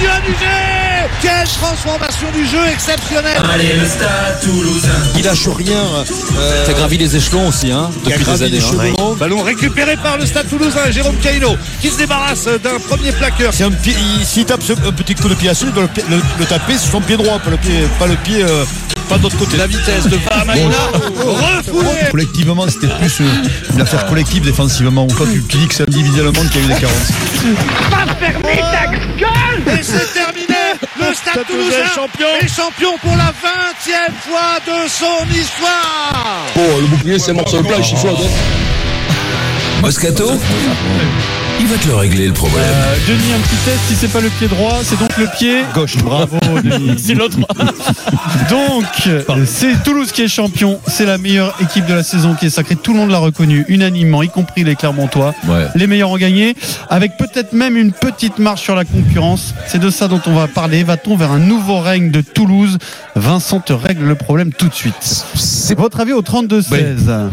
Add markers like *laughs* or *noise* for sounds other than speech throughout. Canigé Quelle transformation du jeu exceptionnelle Allez, le stade toulousain. Il lâche rien. T'as gravi les échelons aussi, hein, Il a depuis des gravi années. les hein. cheveux hauts. Ballon récupéré par le stade toulousain, Jérôme Caïno, qui se débarrasse d'un premier plaqueur. C'est un pied- il- S'il tape ce- un petit coup de pied assis, il doit le, pi- le- le taper sur son pied droit, pas le pied, pas le pied, euh, pas de l'autre côté. La vitesse de Paramagna, refoulé Collectivement, c'était plus euh, une affaire collective défensivement. Ou quand tu, tu dis que c'est individuellement qu'il y a eu des carences. Et c'est terminé Le stade toulousain champion. est champion pour la 20e fois de son histoire Moscato Il va te le régler le problème. Euh, Denis, un petit test, si c'est pas le pied droit, c'est donc le pied. Gauche, bravo. *laughs* C'est l'autre. donc, euh, c'est Toulouse qui est champion. C'est la meilleure équipe de la saison qui est sacrée. Tout le monde l'a reconnu, unanimement, y compris les Clermontois. Ouais. Les meilleurs ont gagné, avec peut-être même une petite marche sur la concurrence. C'est de ça dont on va parler. Va-t-on vers un nouveau règne de Toulouse Vincent te règle le problème tout de suite. C'est votre avis au 32-16.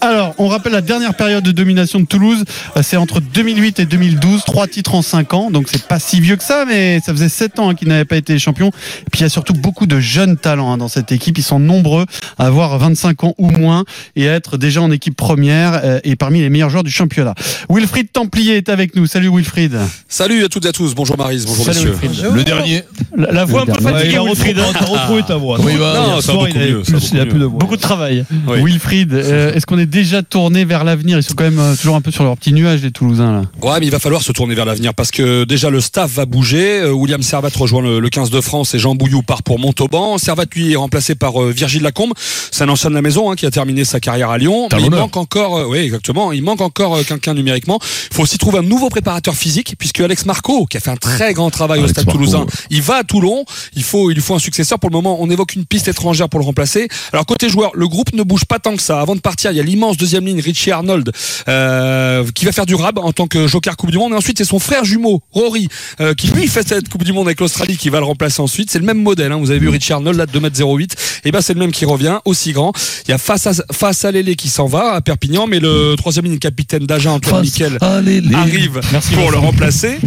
Alors, on rappelle la dernière période de domination de Toulouse. Euh, C'est entre 2008 et 2012, trois titres en cinq ans. Donc, c'est pas si vieux que ça, mais ça faisait sept ans hein, qu'ils n'avaient pas été champions. Et puis, il y a surtout beaucoup de jeunes talents hein, dans cette équipe. Ils sont nombreux à avoir 25 ans ou moins et à être déjà en équipe première euh, et parmi les meilleurs joueurs du championnat. Wilfried Templier est avec nous. Salut Wilfried. Salut à toutes et à tous. Bonjour Marise, bonjour Salut messieurs. Wilfried. Le dernier. La, la voix un peu Ouais, Ah, il fatiguée, a Wilfried. retrouvé, t'as retrouvé ta voix. Oui, bah, Hier non, ça soir, va il beaucoup avait mieux, ça va plus- il a beaucoup plus de voix. Beaucoup de travail. Oui. Wilfried, euh, est-ce qu'on est déjà tourné vers l'avenir Ils sont quand même euh, toujours un peu sur leur petit nuage, les Toulousains. Là. Ouais, mais il va falloir se tourner vers l'avenir parce que déjà le staff va bouger. Euh, William Servat rejoint le, le 15 de France et Jean Bouillou part pour Montauban. Servat lui est remplacé par euh, Virgile Lacombe. C'est un ancien de la maison hein, qui a terminé sa carrière à Lyon. Mais il Talonneur. manque encore, euh, oui exactement, il manque encore euh, quelqu'un numériquement. Il faut aussi trouver un nouveau préparateur physique puisque Alex Marco, qui a fait un très grand travail au Alex Stade Marco, Toulousain, ouais. il va à Toulon. Il faut, il lui faut un successeur. Pour le moment, on évoque une piste étrangère pour le remplacer. Alors côté joueur, le groupe ne bouge pas tant que ça. Avant de partir, il y a l'immense deuxième ligne Richie Arnold euh, qui va faire du rab en tant que joker Coupe du Monde. Et ensuite, c'est son frère jumeau Rory euh, qui lui fait cette Coupe du Monde avec l'Australie qui va le remplacer ensuite. C'est le même modèle. Hein. Vous avez vu Richie Arnold là de 2m08. Et ben c'est le même qui revient aussi grand. Il y a face à face à Lélé qui s'en va à Perpignan, mais le troisième ligne capitaine d'Agen Antoine Miquel arrive pour le remplacer.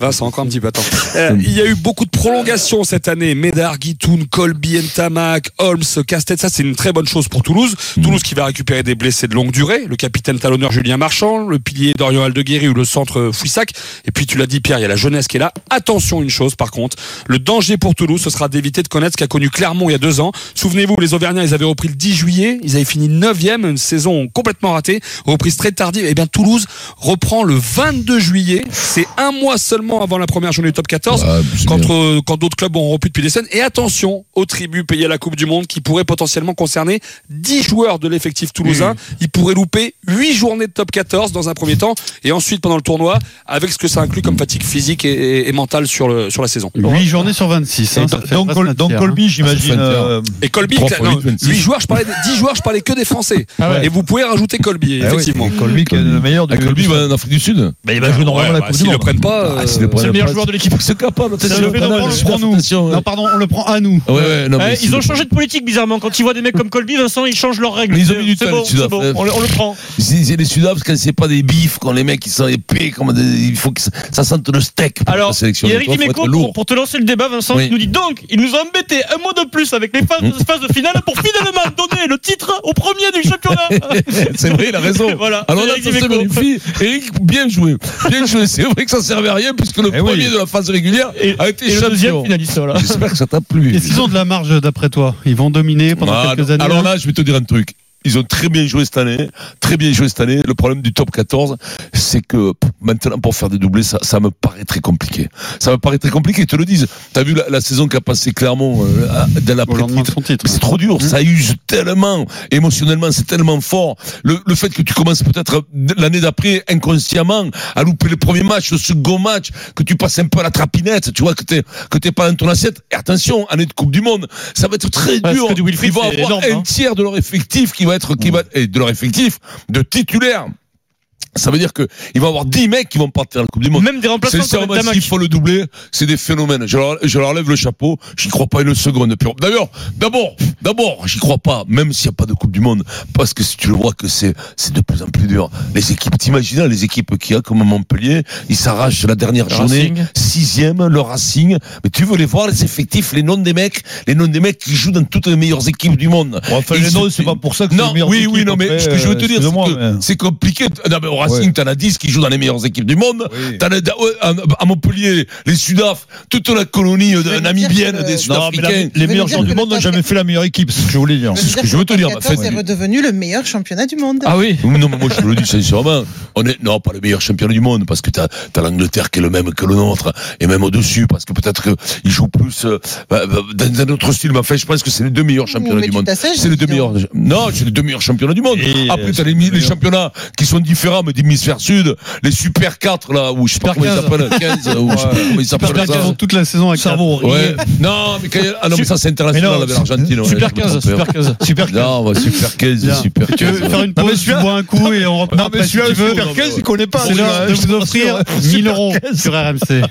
Vincent, encore un petit peu, attends. Euh, il y a eu beaucoup de prolongations cette année. Médard, Guitoun, Colby, Ntamak, Holmes, Castet. Ça, c'est une très bonne chose pour Toulouse. Toulouse qui va récupérer des blessés de longue durée. Le capitaine talonneur Julien Marchand, le pilier Dorian Aldeguerri ou le centre euh, Fouissac. Et puis, tu l'as dit, Pierre, il y a la jeunesse qui est là. Attention, une chose, par contre. Le danger pour Toulouse, ce sera d'éviter de connaître ce qu'a connu Clermont il y a deux ans. Souvenez-vous, les Auvergnats, ils avaient repris le 10 juillet. Ils avaient fini 9e, une saison complètement ratée, reprise très tardive. Eh bien, Toulouse reprend le 22 juillet. C'est un mois seulement avant la première journée du top 14 Ah, c'est quand, bien. euh, quand d'autres clubs ont rompu depuis des semaines. Et attention aux tribus payées à la Coupe du Monde qui pourraient potentiellement concerner 10 joueurs de l'effectif toulousain. Ils pourraient louper 8 journées de top 14 dans un premier temps et ensuite pendant le tournoi avec ce que ça inclut comme fatigue physique et, et- et mentale sur, le, sur la saison. 8 journées sur 26. hein, ça fait Donc, presque Col- un donc tiers, Colby, Ah, j'imagine. c'est fun, euh, Et Colby, Trois fois non, huit, vingt-six. 8 joueurs, je parlais, 10 joueurs, je parlais que des Français. Ah ouais. Et vous pouvez rajouter Colby, eh oui, effectivement. Colby qui est le meilleur du Colby, il va en Afrique du Sud. Bah, il va jouer normalement Ouais, la bah, Coupe du S'ils le Monde. prennent pas, Ah, euh, s'il le prend, C'est il le le meilleur prend. joueur de l'équipe. C'est capable. C'est le phénomène, Attention, je prends nous. attention, Non, ouais. pardon, on le prend à nous. Ouais, ouais, non, mais Ouais, Eh, ils ont c'est- changé de politique bizarrement. Quand ils voient des mecs comme Colby, Vincent, ils changent leurs règles. Mais ils ont mis du C'est temps, bon, les Sudaf. c'est bon. On, le- on le prend. c'est c'est les Sudaf parce que c'est pas des bifs quand les mecs ils sont épais comme des- il faut que ça, ça sente le steak. pour la Alors, sélection. il y a Eric Toi, faut Dimeco être pour, lourd. pour te lancer le débat, Vincent, Oui. Mm. qui nous dit donc, ils nous ont embêtés un mois de plus avec les phases, phases de finale pour *laughs* finalement donner le titre au premier du championnat. C'est vrai, il a raison. *laughs* Voilà. Alors là, Eric ça se Dimeco. bonifie. Eric, bien joué. Bien joué. C'est vrai que ça servait à rien puisque le Eh oui. premier de la phase régulière Et- a été Et le deuxième champion. finaliste, voilà. J'espère que ça t'a plu. Est-ce qu'ils ont de la marge d'après toi Ils vont dominer pendant Bah, Ah, quelques non. années hein Alors là là, je vais te dire un truc. Ils ont très bien joué cette année, très bien joué cette année. Le problème du top 14, c'est que pff, maintenant pour faire des doublés, ça, ça me paraît très compliqué. Ça me paraît très compliqué, ils te le disent. T'as vu la, la saison qu'a passé Clermont euh, à- dans la Au lendemain de son titre. c'est trop dur, Mmh. ça use tellement émotionnellement, c'est tellement fort. Le, le fait que tu commences peut-être l'année d'après inconsciemment à louper le premier match, le second match, que tu passes un peu à la trapinette, tu vois que t'es que t'es pas dans ton assiette. Et attention, année de Coupe du Monde, ça va être très Parce dur. que du Wilfried, Ils vont c'est avoir énorme, un hein. tiers de leur effectif qui va être qui va et de leur effectif de titulaire Ça veut dire que il va y avoir 10 mecs qui vont partir à la Coupe du Monde. Même des remplaçants comme Sincèrement, Tamac. s'il faut le doubler, c'est des phénomènes. Je leur, je leur lève le chapeau, j'y crois pas une seconde. Puis, D'ailleurs, d'abord, d'abord, j'y crois pas, même s'il n'y a pas de Coupe du Monde, parce que si tu le vois que c'est, c'est de plus en plus dur. Les équipes, t'imagines, là, les équipes qu'il y a comme Montpellier, ils s'arrachent la dernière Le journée, Racing. sixième, le Racing. Mais tu veux les voir, les effectifs, les noms des mecs, les noms des mecs qui jouent dans toutes les meilleures équipes du monde. enfin, Et les ils se- noms, c'est pas pour ça que c'est non, les meilleures oui, oui, équipes, non, mais après, ce que je veux te euh, dire, c'est excuse-moi, que mais- c'est compliqué. Non, mais au Racing, Ouais. t'en as 10 qui jouent dans les meilleures équipes du monde. Oui. T'en as da- ouais, à à Montpellier, les Sudaf, toute la colonie euh, namibienne des Non, mais la- Sud-Africains. les meilleurs dire joueurs que du le monde n'ont top jamais fait la meilleure équipe, c'est ce que je voulais dire. Ça C'est veut ce que je veux te le dire, top ma fête. 14 est redevenu le meilleur championnat du monde. Ah oui. Non, mais moi je le dis sincèrement. On est, non, pas le meilleur championnat du monde parce que t'as as, l'Angleterre qui est le même que le nôtre et même au-dessus parce que peut-être qu'ils jouent plus euh, bah, bah, dans un autre style. Mais enfin, je pense que c'est les deux meilleurs championnats mais du tu monde. t'assèches, C'est les deux sinon. meilleurs. Non, c'est les deux meilleurs championnats du monde. Et, Après, euh, t'as c'est les, les mi- les meilleurs. championnats qui sont différents, mais d'hémisphère sud, les super 4 là, ou je sais pas Super comment ils appellent, 15, ou je sais pas comment ils Super 15, appellent ça. Ils ont toute la saison à Cerveau, Ouais. Non, mais, quand- ah non, mais ça c'est international avec l'Argentine. ouais, Super je me 15, trompe. super 15. Super 15. Non, bah, super 15, Bien. super 15. Tu veux faire une Non, mais pause, tu celui-là- bois un coup et on reprend après si tu veux. super 15, il connaît pas. C'est l'heure de vous offrir 1000 euros sur RMC.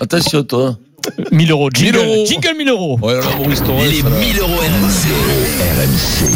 Attention toi. 1000 euros. 1000 Jingle, euros. Jingle 1000 euros. Ouais, là, Maurice Torres, Les ça, là. 1000 euros RMC.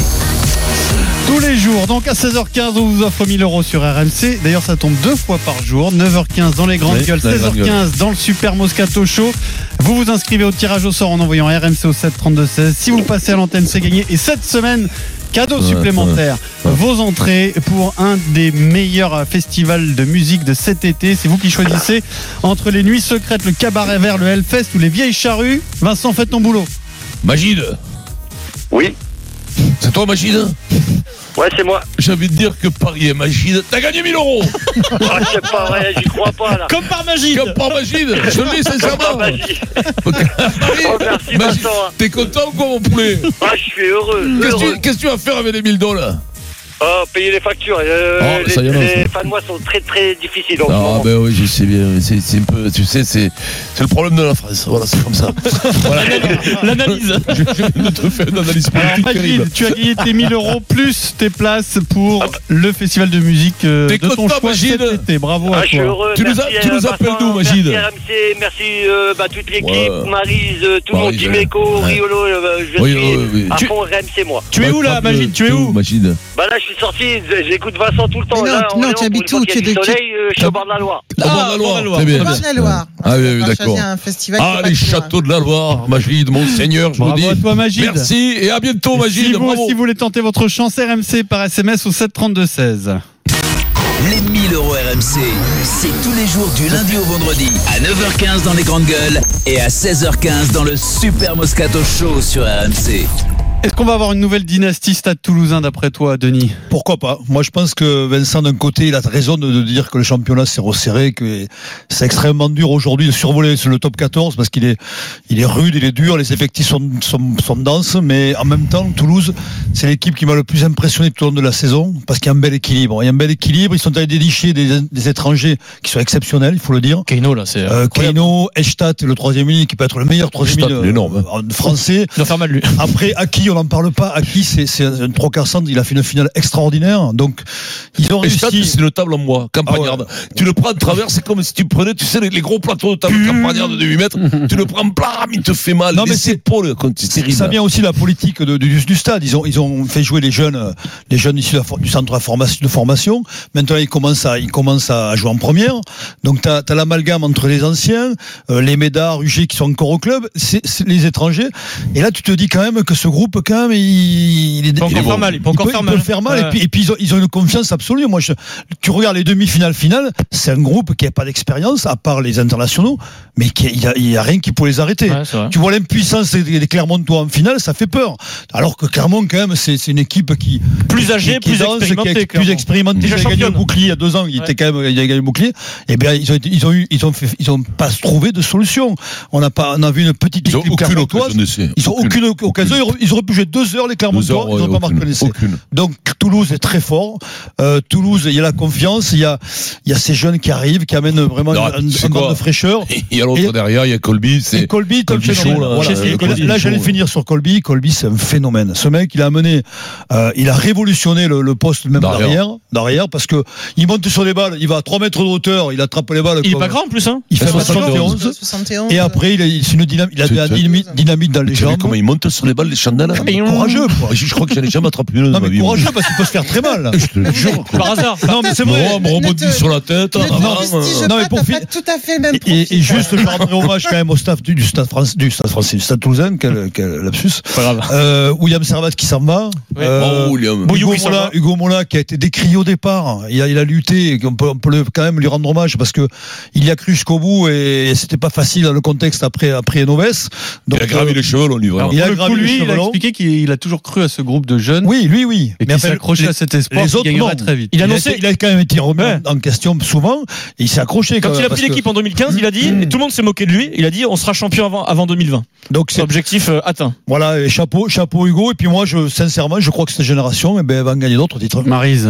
Tous les jours, donc à 16h15, on vous offre 1000 euros sur RMC. D'ailleurs, ça tombe deux fois par jour. 9h15 dans les grandes Oui, gueules, dans les grandes 16h15 dans le Super Moscato Show. Vous vous inscrivez au tirage au sort en envoyant RMC au 7 32 16. Si vous passez à l'antenne, c'est gagné. Et cette semaine, cadeau supplémentaire. Vos entrées pour un des meilleurs festivals de musique de cet été. C'est vous qui choisissez entre les nuits secrètes, le cabaret vert, le Hellfest ou les vieilles charrues. Vincent, faites ton boulot. Magide Oui. C'est toi, Magide Ouais, c'est moi. J'ai envie de dire que Paris est Magide. T'as gagné 1000 euros Ah, c'est pas vrai, j'y crois pas là. Comme par magie. Comme par Magide Je le dis Ah, sincèrement bah, *laughs* j'y- Oh, merci, Magide, Vincent, hein. T'es content ou quoi, mon poulet Ah, je suis heureux. Qu'est-ce heureux. que tu- Qu'est-ce que tu vas faire avec les 1000 dollars Ah, payer les factures. euh, Oh, ça y est, les non, les ça. fins de mois sont très très difficiles. en ce Ah, moment. ben oui, je sais bien. mais C'est c'est un peu, tu sais, c'est c'est le problème de la France. Voilà, c'est comme ça. *laughs* voilà. L'analyse. Je, je viens de te faire une analyse Alors, politique terrible. Majid, tu as gagné tes 1000 euros plus tes places pour le festival de musique euh, T'es de ton content, choix Majid cet été. Bravo Ah, à je suis toi. heureux. Tu nous merci, a- tu euh, nous appelles Vincent, d'où, Magide Merci RMC, merci euh, bah, toute l'équipe, Ouais. Marise, euh, tout le monde, Maryse, Dimeco, ouais. Riolo, euh, je Oui, suis oui, oui. à Ah, Tu- fond RMC moi. Tu es où là, Magie Tu es où Magide Bah là, je suis sorti, j'écoute Vincent tout le temps. Mais non, là, on non, est tu en- habites une fois où, qu'il y a tu es du de- soleil, euh, je suis au bord de la Loire. Ah, Au bord de la Loire. Très bien. Au bord de la Loire. Ah oui, oui, On va d'accord. choisir un festival Ah, qui les va pas trop châteaux de la Loire, Magide, Monseigneur, je vous dis. Bravo à toi, Majid. Merci et à bientôt, Magide. Si vous Bravo. aussi voulez tenter votre chance, RMC par SMS au 732-16. Les 1000 euros RMC, c'est tous les jours du lundi au vendredi à 9h15 dans les grandes gueules et à 16h15 dans le Super Moscato Show sur RMC. Est-ce qu'on va avoir une nouvelle dynastie stade toulousain d'après toi, Denis Pourquoi pas Moi, je pense que Vincent, d'un côté, il a raison de, de dire que le championnat s'est resserré, que c'est extrêmement dur aujourd'hui de survoler sur le top 14 parce qu'il est, il est rude, il est dur, les effectifs sont, sont, sont denses, mais en même temps, Toulouse, c'est l'équipe qui m'a le plus impressionné tout au long de la saison parce qu'il y a un bel équilibre. Il y a un bel équilibre. Ils sont allés délicher des, des étrangers qui sont exceptionnels, il faut le dire. Keino là, c'est. Euh, Keino, Echtat, le troisième ligne qui peut être le meilleur troisième Echtat, ligne il est énorme, hein. euh, français. Il doit faire mal lui. Après, Aki, on n'en parle pas. Aki, c'est c'est un trois quarts centre. Il a fait une finale extraordinaire. Donc, ils ont Et je tape, réussi. c'est le table en moi, campagnarde. Tu le prends de travers, c'est comme si tu prenais, tu sais, les, les gros plateaux de table campagnarde de 8 mètres, tu le prends, blam, il te fait mal. Non, mais Les c'est- épaules, quand tu terrible. Ça vient aussi de la politique de- du, du stade. Ils ont, ils ont fait jouer les jeunes, euh, les jeunes issus de la for- du centre de formation, de formation. Maintenant, ils commencent à, ils commencent à jouer en première. Donc, t'as as, l'amalgame entre les anciens, euh, les Médards, Rugé qui sont encore au club, c'est- c'est les étrangers. Et là, tu te dis quand même que ce groupe, quand même, il, il est, peut encore il est faire mal, il peut encore il faire peut mal. le faire mal. Ouais. Et puis, et puis ils, ont, ils ont une confiance absolue. Moi, je- tu regardes les demi-finales, finales, c'est un groupe qui n'a pas d'expérience, à part les internationaux, mais qui, il n'y a, il y a rien qui peut les arrêter. Ouais, c'est vrai. Tu vois l'impuissance des des Clermontois en finale, ça fait peur. Alors que Clermont, quand même, c'est c'est une équipe qui. Plus qui- âgé, qui plus danse, qui est expérimenté. plus expérimentée. Déjà il a gagné le championne. bouclier il y a deux ans, il Ouais. était quand même, il a gagné le bouclier. Et bien, ils ont, été- ils ont eu, ils ont fait- ils ont pas trouvé de solution. On a pas, on a vu une petite Ils ont équipe aucune clermontoise. occasion d'essayer. Ils ont aucune occasion. Ils auraient- Ils auraient bougé deux heures, les Deux Clermontois, heures, ils n'ont ouais, pas marqué un essai. aucune. Donc Toulouse est très fort. Euh, Toulouse, il y a la confiance, il y a, il y a ces jeunes qui arrivent, qui amènent vraiment Non, un, tu sais un quoi bord de fraîcheur. Il y a l'autre Et- derrière, il y a Colby, Et c'est. Colby, Colby quel phénomène. Shaw, là, Voilà. euh, Et Colby là, là, Shaw, j'allais ouais. finir sur Colby. Colby, c'est un phénomène. Ce mec, il a amené, euh, il a révolutionné le, le poste même D'arrière. d'arrière, d'arrière, parce que il monte sur les balles, il va à 3 mètres de hauteur, il attrape les balles. Il est comme- pas grand en plus, hein. Il fait euh, 71. 71. 71. Et après, il a, il- c'est une dynam- il a de la Tu- tu- dynamique, dynamite dans les Tu as vu jambes. comment il monte sur les balles, les chandelles hein là Mais courageux, quoi. Ah, Je je crois que j'en ai jamais attrapé une. Non, de ma mais vie, courageux, parce qu'il peut se faire très mal. moi. Je te jure. quoi. Par hasard. Non, mais c'est vrai. Bon, on me rebondit sur la tête. Ne ah, non, bam, te euh, fustige non, mais pas, pour t'as fin- pas tout à fait le même profil. Et, et juste, je rendrai hommage quand même au staff du, du Stade France, du Stade français, du Stade Toulousain, quel, quel lapsus. Pas grave. Euh, William Servat qui s'en va. Ouais. Euh, Oh, William. Bouillou Hugo qui s'en Mola, va. Hugo Mola qui a été décrié au départ. Il a, il a lutté. et qu'on peut- On peut, le- quand même lui rendre hommage parce que il y a cru jusqu'au bout et, c'était pas facile dans le contexte après après Novès. Il euh, a gravi les cheveux, l'on lui, vraiment. Il Il a a le gravi coup, les lui, il a chevelons. expliqué qu'il a toujours cru à ce groupe de jeunes Oui, lui, oui. et qu'il après, s'accrochait les- à cet espoir les qu'il autres, gagnerait non. très vite. il a, annoncé- été- il a quand même été remis Ouais. en question souvent. Et il s'est accroché Quand même, il a parce pris que- l'équipe en 2015, il a dit, et tout le monde s'est moqué de lui, il a dit on sera champion avant, avant 2020. Donc c'est Objectif euh, atteint. Voilà, et chapeau, chapeau Hugo. Et puis moi, je, sincèrement, je crois que cette génération, eh ben, elle va en gagner d'autres titres. Marise.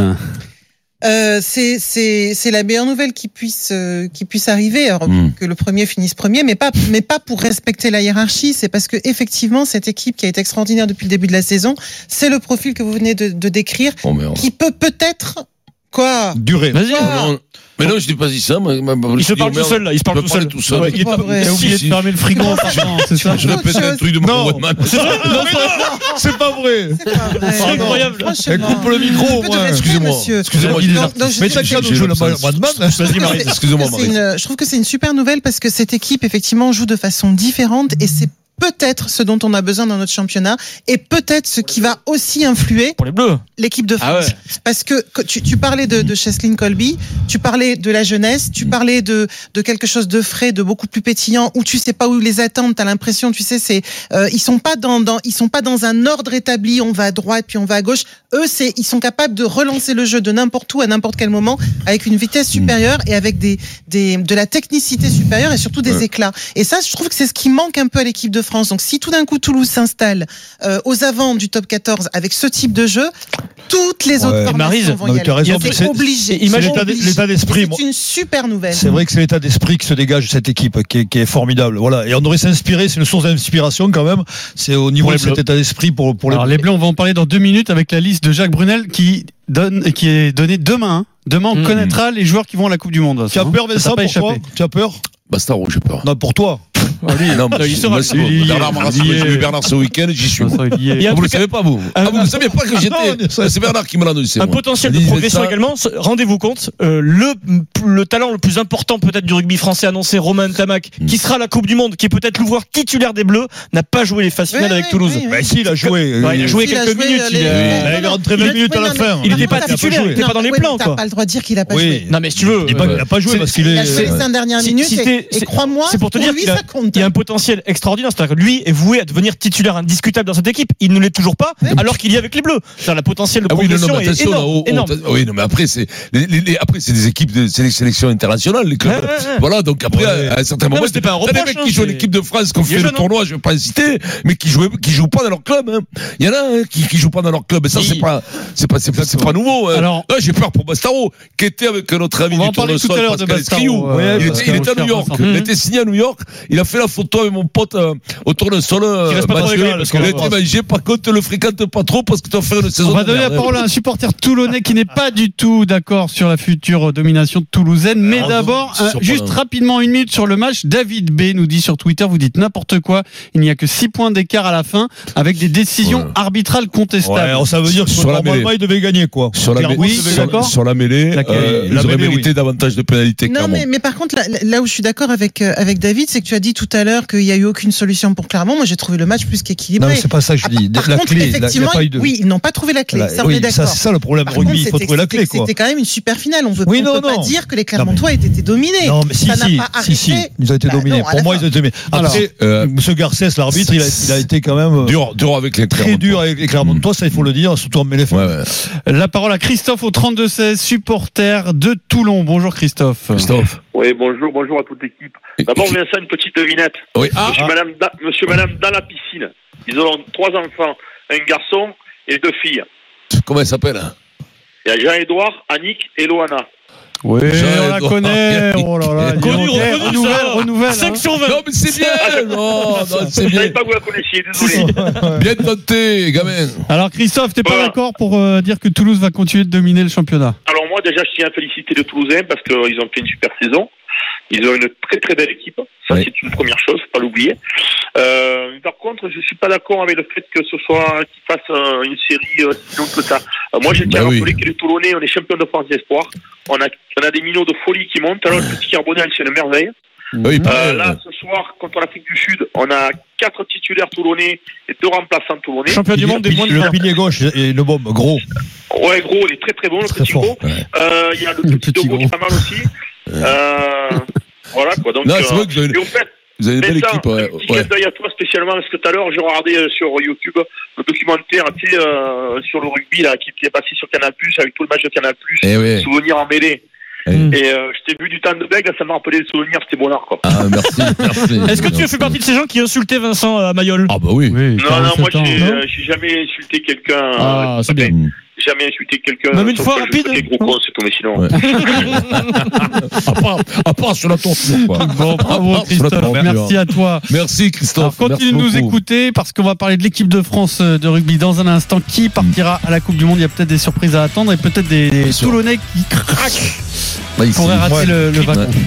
Euh, c'est c'est c'est la meilleure nouvelle qui puisse euh, qui puisse arriver Alors, Hmm. que le premier finisse premier mais pas mais pas pour respecter la hiérarchie c'est parce que effectivement cette équipe qui a été extraordinaire depuis le début de la saison c'est le profil que vous venez de, de décrire Oh, merde. qui peut peut-être quoi Durée. Vas-y. Ah. Non, Mais non, je dis pas dit ça. mais- mais- Il se je dis, oh, parle tout merde, seul là, il se parle je tout peux pas seul. aller tout seul. Il est pas vrai. Il a oublié de fermer le frigo en partant, c'est ça Je répète Autre un chose. truc de *laughs* Non. mon Wattman. C'est pas vrai. C'est pas vrai. C'est incroyable. Elle Franchement. coupe le micro, Un peu de moi. respect, Excusez-moi. monsieur. Excusez-moi, Non, il est non, artiste. je- Mais je- t'as qu'à nous jouer le Batman. Vas-y, Marie. Excusez-moi, C'est Marie. une- je trouve que c'est une super nouvelle parce que cette équipe, effectivement, joue de façon différente et c'est peut-être ce dont on a besoin dans notre championnat et peut-être ce qui va aussi influer Pour les bleus. l'équipe de Ah France. ouais. Parce que que tu, tu parlais de, de Cheslin Colby, tu parlais de la jeunesse, tu parlais de, de quelque chose de frais, de beaucoup plus pétillant, où tu sais pas où les attendre, t'as l'impression, tu sais, c'est euh, ils sont pas dans, dans ils sont pas dans un ordre établi, on va à droite puis on va à gauche. Eux, c'est ils sont capables de relancer le jeu de n'importe où à n'importe quel moment avec une vitesse supérieure et avec des, des de la technicité supérieure et surtout des Ouais. éclats. Et ça, je trouve que c'est ce qui manque un peu à l'équipe de France. Donc si tout d'un coup Toulouse s'installe euh, aux avants du top 14 avec ce type de jeu, toutes les autres Ouais. formations Maryse, vont non, y mais tu as aller. raison, C'est c'est- c'est obligé. l'état Obligé. d- l'état d'esprit, Et moi. C'est une super nouvelle. C'est vrai que c'est l'état d'esprit qui se dégage de cette équipe, qui est, qui est formidable. Voilà. Et on devrait s'inspirer, c'est une source d'inspiration quand même. C'est au niveau Pour les de cet Bleus. état d'esprit pour, pour les. Alors les Bleus, on va en parler dans deux minutes avec la liste de Jacques Brunel qui donne, qui est donnée demain. hein. Demain, on Mhm. connaîtra les joueurs qui vont à la Coupe du Monde. tu as hein. peur, Ça Vincent, t'a pas pour toi échappé. Tu as peur Bastard, oh, j'ai peur. Non, pour toi. Non, mais il c'est- sera- moi, c'est il bon. y est, Bernard Maras, il y moi, j'ai est. vu Bernard ce week-end, j'y suis. moi. Vincent, *laughs* il y est. Il y a un Ah, vous le truc- savez pas, vous Ah, Vous ne saviez pas que j'étais. C'est Bernard qui me l'a annoncé. un moi. potentiel de Il disait progression ça. également. Ce- Rendez-vous compte, euh, le, le talent le plus important peut-être du rugby français annoncé, Romain Tamac, Mm. qui sera à la Coupe du Monde, qui est peut-être l'ouvreur titulaire des Bleus, n'a pas joué les phases finales Oui, avec oui, Toulouse. oui, oui. Bah si, il a joué. Ouais, il a joué Il a quelques joué, euh, minutes. les- il est- non, il est non, rentré 20 non, minutes à la non, fin. non, Il par était contre, pas t'as titulaire, joué. il était pas Non, dans les ouais, mais plans, T'as quoi. pas le droit de dire qu'il a pas Oui. joué. Non mais si tu veux, Il a pas- euh, il a pas joué c'est- parce qu'il Il est. a joué les cinq dernières si- minutes si t'es- et- et c'est- crois-moi, c'est pour te dire lui qu'il a- ça compte. il y a un potentiel extraordinaire. C'est-à-dire que lui est voué à devenir titulaire indiscutable dans cette équipe. Il ne l'est toujours pas, Ouais. alors qu'il y est avec les Bleus. C'est-à-dire la potentiel de Ah oui, non, progression non, mais est attention, là, énorme. oh, oh, énorme. t'as- oui, non, mais après, c'est, les, les- les- après, c'est des équipes de c'est des sélections internationales, les clubs. Ah Ouais, ouais, ouais. Voilà, donc après, à un certain Non, moment, mais c'était pas un t'as des reproche, mecs hein, qui jouent c'est- l'équipe de France, qui ont Il est fait le jeune, hein. tournoi, je vais pas inciter, mais qui jouent, qui jouent pas dans leur club, hein. Il y en a, hein, qui, qui jouent pas dans leur club. Et ça, Oui. c'est pas, c'est pas, c'est pas, c'est pas nouveau, hein. Alors- Là, j'ai peur pour Bastaro, qui était avec notre ami On va du en parler tournoi tout à l'heure de Pascal Bastaro, Escriou. ouais, il, était, Pascal, il était à cher New York. Vincent. Il Mhm. était signé à New York. Il a fait la photo avec mon pote, euh, au tournoi-sol, euh, Qui reste pas trop Pascal. réglé, parce qu'on Il a l'embrasse. dit, ben, j'ai pas contre, le fréquente pas trop, parce que t'as fait une saison. On va de donner la merde. parole à un supporter toulonnais qui n'est pas du tout d'accord sur la future domination toulousaine. Mais Alors, d'abord, c'est euh, surprenant. juste rapidement, une minute sur le match. David B nous dit sur Twitter, vous dites n'importe quoi. Il n'y a que 6 points d'écart à la fin avec des décisions Ouais. arbitrales contestables. Ouais, alors ça veut dire que Sur la normalement, mêlée. il devait gagner, quoi. Sur la, Clairement, mêlée, il devait sur, gagner. sur la mêlée, Laquelle euh, La ils auraient mêlée, mérité davantage de pénalités. Non, clairement. mais, mais par contre, là, là où je suis d'accord avec, euh, avec David, c'est que tu as dit tout à l'heure qu'il n'y a eu aucune solution pour Clermont. Moi, j'ai trouvé le match Non, plus mais qu'équilibré. c'est pas ça que je Ah, dis. par La contre, clé, la- il n'y effectivement, a pas eu de. oui, ils n'ont pas trouvé la clé. Voilà, ça, on oui, est ça, d'accord. c'est ça le problème. Par rugby, il c'était- faut trouver la clé, c'était- quoi. C'était quand même une super finale. On ne Oui, non, peut pas non. dire que les Clermontois étaient dominés. Non, mais si, ça n'a si, pas arrêté. si, si, ils ont été Bah, dominés. non, à Pour la moi, fin. ils ont été dominés. Après, Euh, M. Garcès, l'arbitre, il a, il a été quand même euh, dur, dur avec les très Clermontois. dur avec les Clermontois, ça, il faut le dire, surtout en mêlée. Mm. Ouais, ouais. La parole à Christophe au 32-16, supporter de Toulon. Bonjour Christophe. Christophe. Oui, bonjour, bonjour à toute l'équipe. D'abord, Vincent, une petite devinette. Oui. Ah, Monsieur, madame, Da- monsieur, madame, dans la piscine, ils auront trois enfants. un garçon et deux filles. Comment elle s'appelle hein Il y a Jean-Édouard, Annick et Loana. Oui, on la Jean-Edouard connaît. Pierre-Nick. Oh là là. dis Connu, donc. Eh, reconnu, ça. renouvelle, renouvelle. hein. 5 sur 20. Non, mais c'est bien *laughs* Non, non, c'est Je ne bien. savais pas que vous la connaissiez, désolé. Bien tenté, gamin. Alors Christophe, t'es pas Voilà. d'accord pour euh, dire que Toulouse va continuer de dominer le championnat Alors moi déjà je tiens à féliciter les Toulousains parce qu'ils ont fait une super saison. Ils ont une très très belle équipe. Ça Oui. c'est une première chose, faut pas l'oublier. Euh, par contre, je suis pas d'accord avec le fait que ce soit qu'ils fassent euh, une série euh, si longue que ça. Euh, moi je tiens Bah à oui. rappeler que les Toulonnais, on est champion de France d'espoir. On a, on a des minots de folie qui montent. Alors le petit Carbonel c'est une merveille. Oui, Euh, pareil. là ce soir contre l'Afrique du Sud, on a quatre titulaires Toulonnais et deux remplaçants Toulonnais. Champion du Il- monde des il- moins de Le 20. pilier gauche et le bombe, gros. Ouais gros, il est très très bon le Très petit fort. gros. Euh, Il y a le, petit petit Dogo qui est pas mal aussi. Euh, voilà quoi. Donc, Non, euh, c'est vrai que vous avez- et au fait, Vous avez une belle Vincent, équipe. Ouais. petit clin ouais. d'œil à toi spécialement parce que tout à l'heure j'ai regardé euh, sur YouTube le documentaire tu sais, euh, sur le rugby là qui qui est passé sur Canal Plus avec tout le match de Canal Plus. Eh oui. Souvenir en mêlée. Mm. Et euh, je t'ai vu du temps de Bègue, ça m'a rappelé le souvenir, c'était bonheur quoi. Ah, merci, merci. Est-ce que tu fais partie de ces gens qui insultaient Vincent euh, à Mayol Ah, bah oui. Oui, Non, non, moi 47 ans. j'ai Non euh, j'ai jamais insulté quelqu'un. Ah, euh, c'est bien. Mm. Jamais insulté quelqu'un. Même une sauf fois que je rapide hein. sais Gros con, c'est tout, mais sinon. Ouais. À part, à part sur la tournure, quoi. Bon, bravo Christophe, merci à toi. Merci, Christophe. Alors, continue de Merci nous beaucoup. écouter parce qu'on va parler de l'équipe de France euh, de rugby dans un instant. Qui partira à la Coupe du Monde Il y a peut-être des surprises à attendre et peut-être des, des sûr. Toulonnais qui craquent Bah, ici. pourraient rater Ouais. le, le wagon. Ouais.